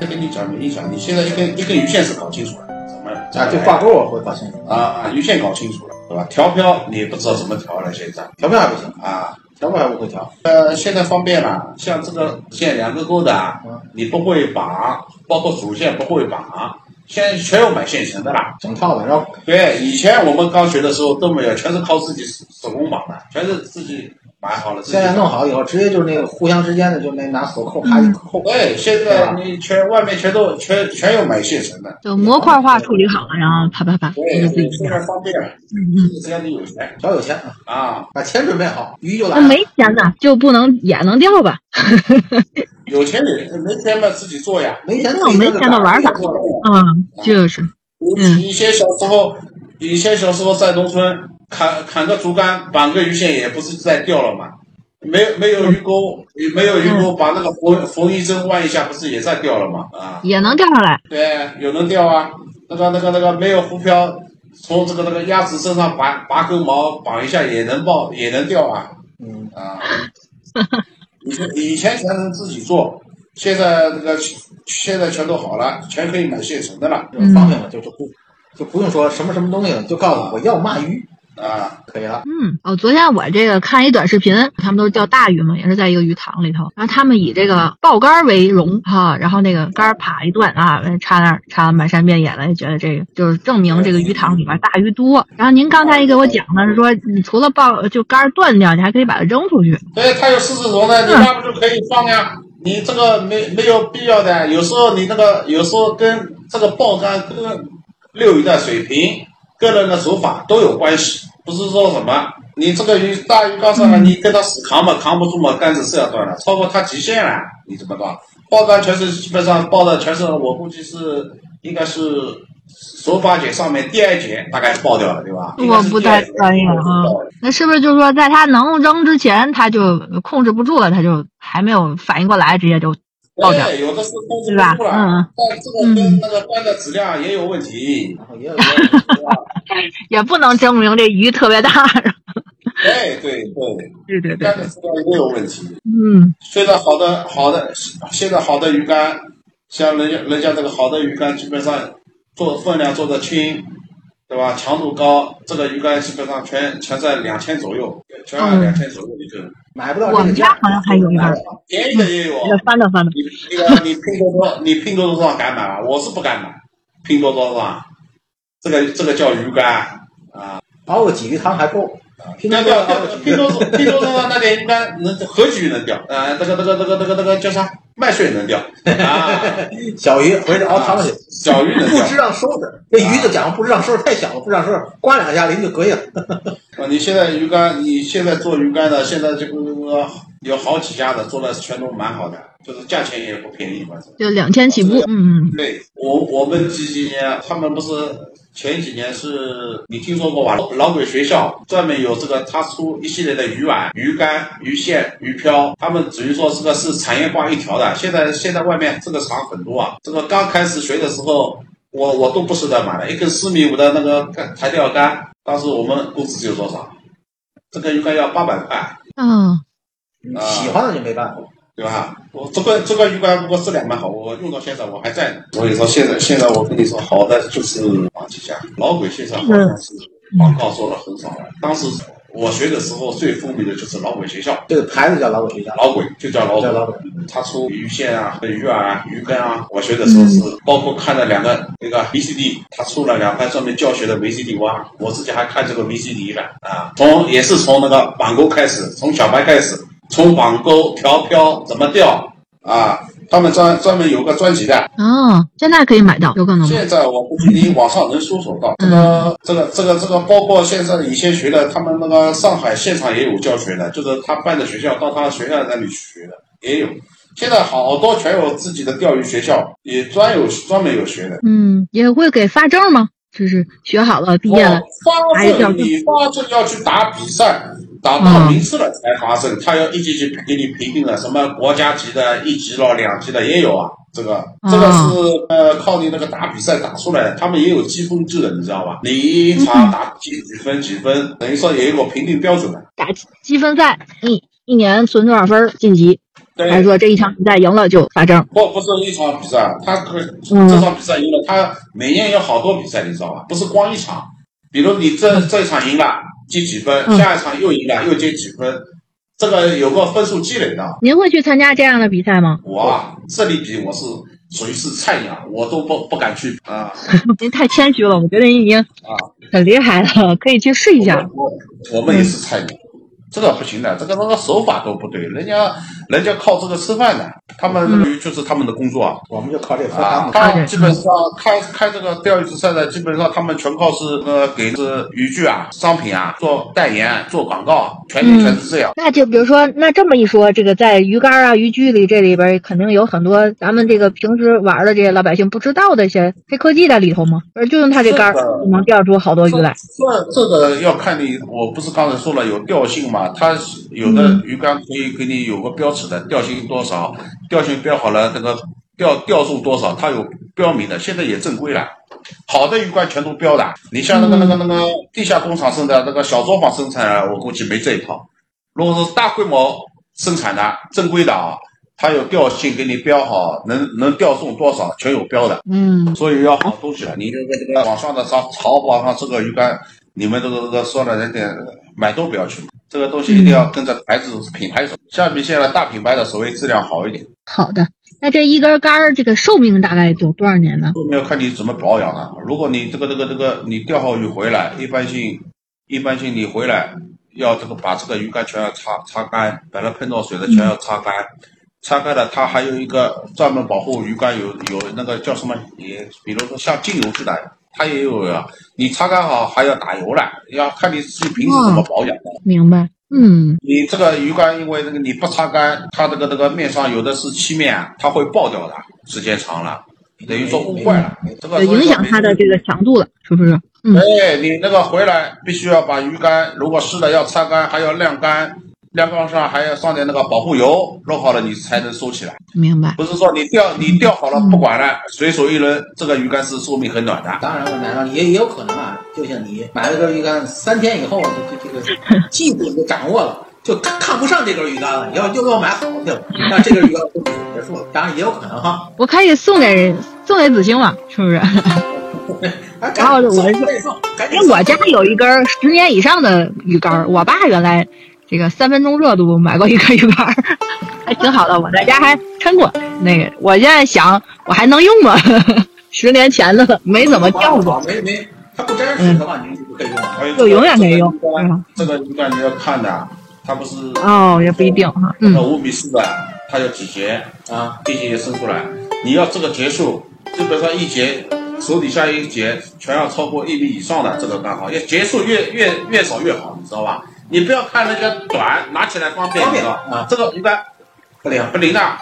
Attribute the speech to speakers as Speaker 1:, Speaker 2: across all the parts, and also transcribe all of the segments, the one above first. Speaker 1: 这个逆转没逆转，你现在一根一根鱼线是搞清楚了，怎么
Speaker 2: 啊，
Speaker 1: 加
Speaker 2: 就
Speaker 1: 来
Speaker 2: 挂钩我会发现
Speaker 1: 啊？鱼线搞清楚了，对吧？调漂你也不知道怎么调了，现在
Speaker 2: 调票还不行，
Speaker 1: 啊，
Speaker 2: 调票还不会调，
Speaker 1: 呃，现在方便了，像这个线两个钩的啊
Speaker 2: 嗯，
Speaker 1: 你不会绑，包括主线不会绑，现在全有买现成的啦。
Speaker 2: 整套的，然后
Speaker 1: 对，以前我们刚学的时候都没有，全是靠自己手手工绑的，全是自己买好了。自己
Speaker 2: 现在弄好以后，直接就是那个互相之间的，就那拿手扣咔一扣，
Speaker 1: 对，现在你全外面全都全全有买现成的，
Speaker 3: 就模块化处理好了，然后啪啪啪，
Speaker 1: 对，
Speaker 3: 就自己
Speaker 1: 现在方便了，
Speaker 3: 嗯嗯。
Speaker 1: 只要你有钱
Speaker 2: 只要有钱啊，
Speaker 1: 啊。
Speaker 2: 把钱准备好，鱼就来
Speaker 3: 那
Speaker 2: 了。
Speaker 3: 没钱呢，就不能也能钓吧？
Speaker 1: 有钱也没钱嘛，自己做呀。
Speaker 2: 没钱
Speaker 3: 那我没钱的玩儿
Speaker 2: 的
Speaker 3: 的，啊，就是，嗯
Speaker 1: 以前小时候，以前小时候在农村砍砍个竹竿，绑个鱼线，也不是在钓了嘛。没有没有鱼钩，也没有鱼钩，
Speaker 3: 嗯
Speaker 1: 把那个缝缝一针弯一下，不是也在钓了嘛？啊，
Speaker 3: 也能钓上来。
Speaker 1: 对，有人钓啊。那个那个那个没有浮漂，从这个那个鸭子身上拔拔根毛，绑一下也能抱，也能钓啊。
Speaker 2: 嗯，
Speaker 1: 啊，以前以前全能自己做，现在这个现在全都好了，全可以买现成的了
Speaker 2: 这种方便嘛，就就不就不用说什么什么东西了，就告诉我要嘛鱼，
Speaker 1: 啊。
Speaker 2: 可以了。
Speaker 3: 嗯，哦，昨天我这个看一短视频，他们都是钓大鱼嘛，也是在一个鱼塘里头，然后他们以这个爆竿为荣哈、然后那个杆儿啪一断啊，插那儿插满山遍野了，就觉得这个就是证明这个鱼塘里边大鱼多。然后您刚才也给我讲的是说，你除了爆就杆儿断掉，你还可以把它扔出去。
Speaker 1: 对，它有狮子笼的，你
Speaker 3: 嗯
Speaker 1: 那不就可以放呀？你这个没没有必要的，有时候你那个有时候跟这个爆竿跟遛鱼的水平、个人的手法都有关系，不是说什么你这个鱼大鱼缸上啊
Speaker 3: 嗯
Speaker 1: 来，你跟它死扛嘛，扛不住嘛，杆子是要断了，超过它极限了，你怎么断？爆竿全是基本上爆的全是，我估计是应该是手法节上面第二节大概爆掉了，对吧？
Speaker 3: 我不太专业
Speaker 1: 应该是第二节
Speaker 3: 啊
Speaker 1: 爆掉了
Speaker 3: 那是不是就是说，在它能扔之前，它就控制不住了，它就还没有反应过来，直接就爆掉，
Speaker 1: 哎对，有的是控制
Speaker 3: 对
Speaker 1: 不
Speaker 3: 吧？
Speaker 1: 住了。
Speaker 3: 嗯，
Speaker 1: 但啊这个跟那个关的质量也有问题。
Speaker 2: 然后也有个
Speaker 3: 也不能证明这鱼特别大。
Speaker 1: 对哎对对，
Speaker 3: 对对对
Speaker 1: 关，的质量也有问题。
Speaker 3: 嗯。
Speaker 1: 现在好的好的，现在好的鱼竿，像人家人家这个好的鱼竿，基本上做分量做的轻，对吧？强度高，这个鱼竿基本上全全在两千左右，全在
Speaker 3: 嗯
Speaker 1: 两千左右一根，
Speaker 2: 买不到
Speaker 3: 我
Speaker 2: 这个
Speaker 3: 们
Speaker 2: 价
Speaker 3: 家，好像还有一根儿
Speaker 1: 便宜的也有。
Speaker 3: 那翻着翻着，
Speaker 1: 你那个你拼多多，你拼多多上敢买吗？我是不敢买，拼多多上，这个这个叫鱼竿。
Speaker 2: 熬个几鱼汤还够，拼
Speaker 1: 那
Speaker 2: 多
Speaker 1: 个
Speaker 2: 多熬个几
Speaker 1: 拼
Speaker 2: 鱼
Speaker 1: 多多拼多多那点应该 能何局能掉？呃，那个那个那个那个那个叫啥？麦穗能 掉啊，
Speaker 2: 小鱼回去熬汤去，
Speaker 1: 小鱼能
Speaker 2: 不知
Speaker 1: 掉。
Speaker 2: 道收拾，这鱼就讲不知道收拾太小了，不知道收拾，刮两下鳞就膈应。
Speaker 1: 啊，你现在鱼竿，你现在做鱼竿的，现在这个有好几家的做的全都蛮好的，就是价钱也不便宜，反正。
Speaker 3: 就两千起步。嗯嗯，
Speaker 1: 对我我们几几年，啊他们不是前几年是你听说过吧？老老鬼学校专门有这个，他出一系列的鱼饵、鱼竿、鱼线、鱼漂，他们只于说这个是产业化一条的。现在现在外面这个厂很多啊，这个刚开始学的时候，我我都不舍得买了一根四米五的那个杆弹跳杆，当时我们工资只有多少？这个鱼竿要八百块，
Speaker 3: 嗯，
Speaker 2: 嗯
Speaker 1: 啊
Speaker 2: 喜欢的就没办法。
Speaker 1: 对吧？我这个这个鱼竿不过质量蛮好，我用到现在我还在呢。所以说现在现在我跟你说，好的就是嗯王记家老鬼现在好像是广告做的很少了。当时我学的时候最风靡的就是老鬼学校，
Speaker 2: 这个牌子叫老鬼学校，
Speaker 1: 老鬼就叫老
Speaker 2: 叫老
Speaker 1: 鬼。
Speaker 2: 鬼。
Speaker 1: 他出鱼线啊、鱼饵啊、鱼竿啊，我学的时候是包括看了两个那个 VCD，他出了两块专门教学的 VCD 哇，我之前还看这个 VCD 了啊。从也是从那个绑钩开始，从小白开始，从绑钩、调漂怎么钓啊，他们专专门有个专辑的，
Speaker 3: 哦，现在可以买到，有可能吗？
Speaker 1: 现在我估计你网上能搜索到这个、这个、这个、这个，包括现在以前学的，他们那个上海现场也有教学的，就是他办的学校到他学校那里去学的也有。现在好多全有自己的钓鱼学校，也专有专门有学的。
Speaker 3: 嗯，也会给发证吗？就是学好了，毕业了
Speaker 1: 哦，发
Speaker 3: 还有钓
Speaker 1: 证
Speaker 3: 鱼
Speaker 1: 你发证要去打比赛，打
Speaker 3: 啊
Speaker 1: 到名次了才发证，他要一级级给你评定的，什么国家级的、一级了、两级的也有啊。这个
Speaker 3: 嗯
Speaker 1: 这个是呃靠你那个打比赛打出来的，他们也有积分制的，你知道吧？你一
Speaker 3: 嗯
Speaker 1: 场打几几分几分，等于说也有个评定标准的。
Speaker 3: 打积分赛，一一年存多少分儿晋级，
Speaker 1: 对，
Speaker 3: 还是说这一场比赛赢了就发证？
Speaker 1: 不不是一场比赛，他可
Speaker 3: 嗯
Speaker 1: 这场比赛赢了，他每年有好多比赛，你知道吧？不是光一场，比如你这这一场赢了积几分，
Speaker 3: 嗯
Speaker 1: 下一场又赢了又积几分，这个有个分数积累的。
Speaker 3: 您会去参加这样的比赛吗？
Speaker 1: 我啊，这里比我是属于是菜鸟，我都不不敢去啊
Speaker 3: 您太谦虚了，我觉得您已经
Speaker 1: 啊！哦
Speaker 3: 很厉害了，可以去试一下。
Speaker 1: 我我们也是菜鸟，
Speaker 3: 嗯
Speaker 1: 这个不行的，这个那个手法都不对，人家人家靠这个吃饭的，他
Speaker 3: 嗯
Speaker 1: 们就是他们的工作啊。
Speaker 2: 我们就靠这个喝
Speaker 1: 啊
Speaker 2: 汤，的。
Speaker 3: 看
Speaker 1: 他
Speaker 3: 见
Speaker 1: 基本上开开这个钓鱼比赛的，基本上他们全靠是呃给是渔具啊、商品啊做代言、做广告，全
Speaker 3: 嗯
Speaker 1: 全全是这样。
Speaker 3: 那就比如说，那这么一说，这个在鱼竿啊、渔具里这里边肯定有很多咱们这个平时玩的这些老百姓不知道的一些黑科技在里头嘛。而就用它这竿儿
Speaker 1: 是的
Speaker 3: 就能钓出好多鱼来。
Speaker 1: 这这个要看你，我不是刚才说了有调性嘛？它是有的
Speaker 3: 嗯
Speaker 1: 鱼竿可以给你有个标尺的，调性多少，调性标好了，这个钓钓重多少，它有标明的。现在也正规了，好的鱼竿全都标的。你像那个那个那个地下工厂生产那个小作坊生产的，我估计没这一套。如果是大规模生产的正规的啊，它有调性给你标好，能能钓重多少全有标的。
Speaker 3: 嗯，
Speaker 1: 所以要好东西了。啊你这个这个网上的淘淘宝上这个鱼竿，你们这个这个说了人点买都不要去买，这个东西一定要跟着牌子品牌走。下面现在大品牌的所谓质量好一点，
Speaker 3: 好的。那这一根竿儿这个寿命大概有多少年呢？
Speaker 1: 后面要看你怎么保养了。如果你这个这个这个你钓好鱼回来，一般性一般性你回来要这个把这个鱼竿全要擦擦干，把它碰到水的全要擦干。擦干了，它还有一个专门保护鱼竿有有那个叫什么？也比如说像净油似的，它也有呀。你擦干好还要打油了，要看你自己平时怎么保养的。
Speaker 3: 明白。嗯，
Speaker 1: 你这个鱼竿，因为那个你不擦干，它这个这个面上有的是漆面，啊它会爆掉的，时间长了，等于说误坏了。这个
Speaker 3: 呃影响它的这个强度了，是不是？嗯
Speaker 1: 哎，你那个回来必须要把鱼竿，如果湿了要擦干，还要晾干，晾干上还要上点那个保护油，弄好了你才能收起来。
Speaker 3: 明白。
Speaker 1: 不是说你钓你钓好了不管了，随手一扔，这个鱼竿是寿命很短
Speaker 3: 嗯
Speaker 1: 的。
Speaker 2: 当然了，难道也也有可能啊？就像你买了根鱼竿，三天以后就就这 个技术就掌握了，就看不上这根鱼竿
Speaker 1: 嗯
Speaker 2: 了，要又要买好的，那这根鱼竿就结束了。当然也有可能哈。
Speaker 3: 我可以送给人，送给子星嘛，是不是？
Speaker 2: 哎
Speaker 3: 然后
Speaker 2: 赶紧
Speaker 3: 我
Speaker 2: 送赶紧送，赶紧
Speaker 3: 因为
Speaker 2: 送
Speaker 3: 我家有一根儿十年以上的鱼竿儿，我爸原来这个三分钟热度买过一根鱼竿儿，还挺好的，我在家还抻过。那个我现在想，我还能用吗？ 十年前的没怎么钓过，
Speaker 2: 没没，它不真
Speaker 3: 嗯
Speaker 2: 实的话，你就不可以用了。
Speaker 1: 还有这
Speaker 3: 就
Speaker 1: 个
Speaker 3: 永远没用，
Speaker 1: 这个
Speaker 3: 是
Speaker 1: 鱼竿这个
Speaker 3: 吧？
Speaker 1: 鱼竿你要看的，它不是
Speaker 3: 哦，也不一定哈。
Speaker 1: 那
Speaker 3: 嗯，
Speaker 1: 五米四的，它有几节，
Speaker 2: 啊，
Speaker 1: 一节也伸出来。你要这个节数，基本上一节手底下一节全要超过一米以上的这个刚好，要节数越越越少越好，你知道吧？你不要看人家短，拿起来方便，
Speaker 2: 方
Speaker 1: 你
Speaker 2: 便
Speaker 1: 知道
Speaker 2: 啊
Speaker 1: 这个鱼竿
Speaker 2: 不灵，
Speaker 1: 不灵的，啊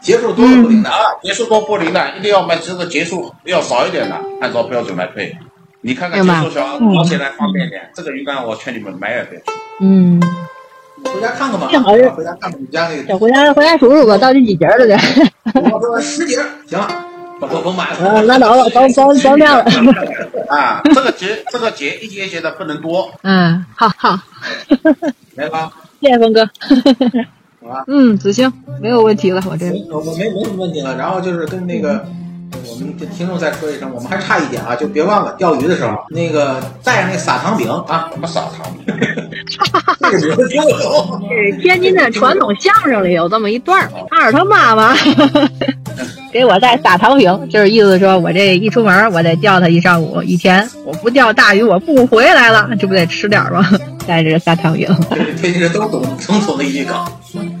Speaker 2: 结束多了不灵的啊。
Speaker 1: 节数多不灵的，一定要买这个节数要少一点的，按照标准来配。你看看
Speaker 3: 明
Speaker 1: 节
Speaker 3: 白
Speaker 1: 数小，
Speaker 3: 嗯
Speaker 1: 拿起来方便一点。这个鱼竿我劝你们买也别去。
Speaker 3: 嗯，
Speaker 2: 回家看看吧，
Speaker 3: 这好像
Speaker 2: 回家看看你家那个。
Speaker 3: 得回家回家数数吧，到底几节了这？
Speaker 2: 我说十节，行了，我我我买了。
Speaker 3: 嗯，拉倒吧，甭甭甭亮 了。
Speaker 1: 啊，这个节这个节一节一节的不能多，
Speaker 3: 嗯，好好，
Speaker 1: 明白吧？
Speaker 3: 谢谢峰哥
Speaker 2: 好吧。
Speaker 3: 嗯，子星没有问题了，我这
Speaker 2: 呃我我没没什么问题了。然后就是跟那个我们的听众再说一声，我们还差一点啊，就别忘了钓鱼的时候那个带上那撒糖饼啊，
Speaker 1: 什么撒糖？
Speaker 2: 这个你们听得懂。
Speaker 3: 是哎天津的传统相声里有这么一段儿，二他妈 妈给我带撒糖饼，就是意思说我这一出门我得钓它一上午一天，我不钓大鱼我不回来了，这不得吃点儿吗？带着撒糖饼，
Speaker 2: 这是天津人都懂，都懂的一句梗。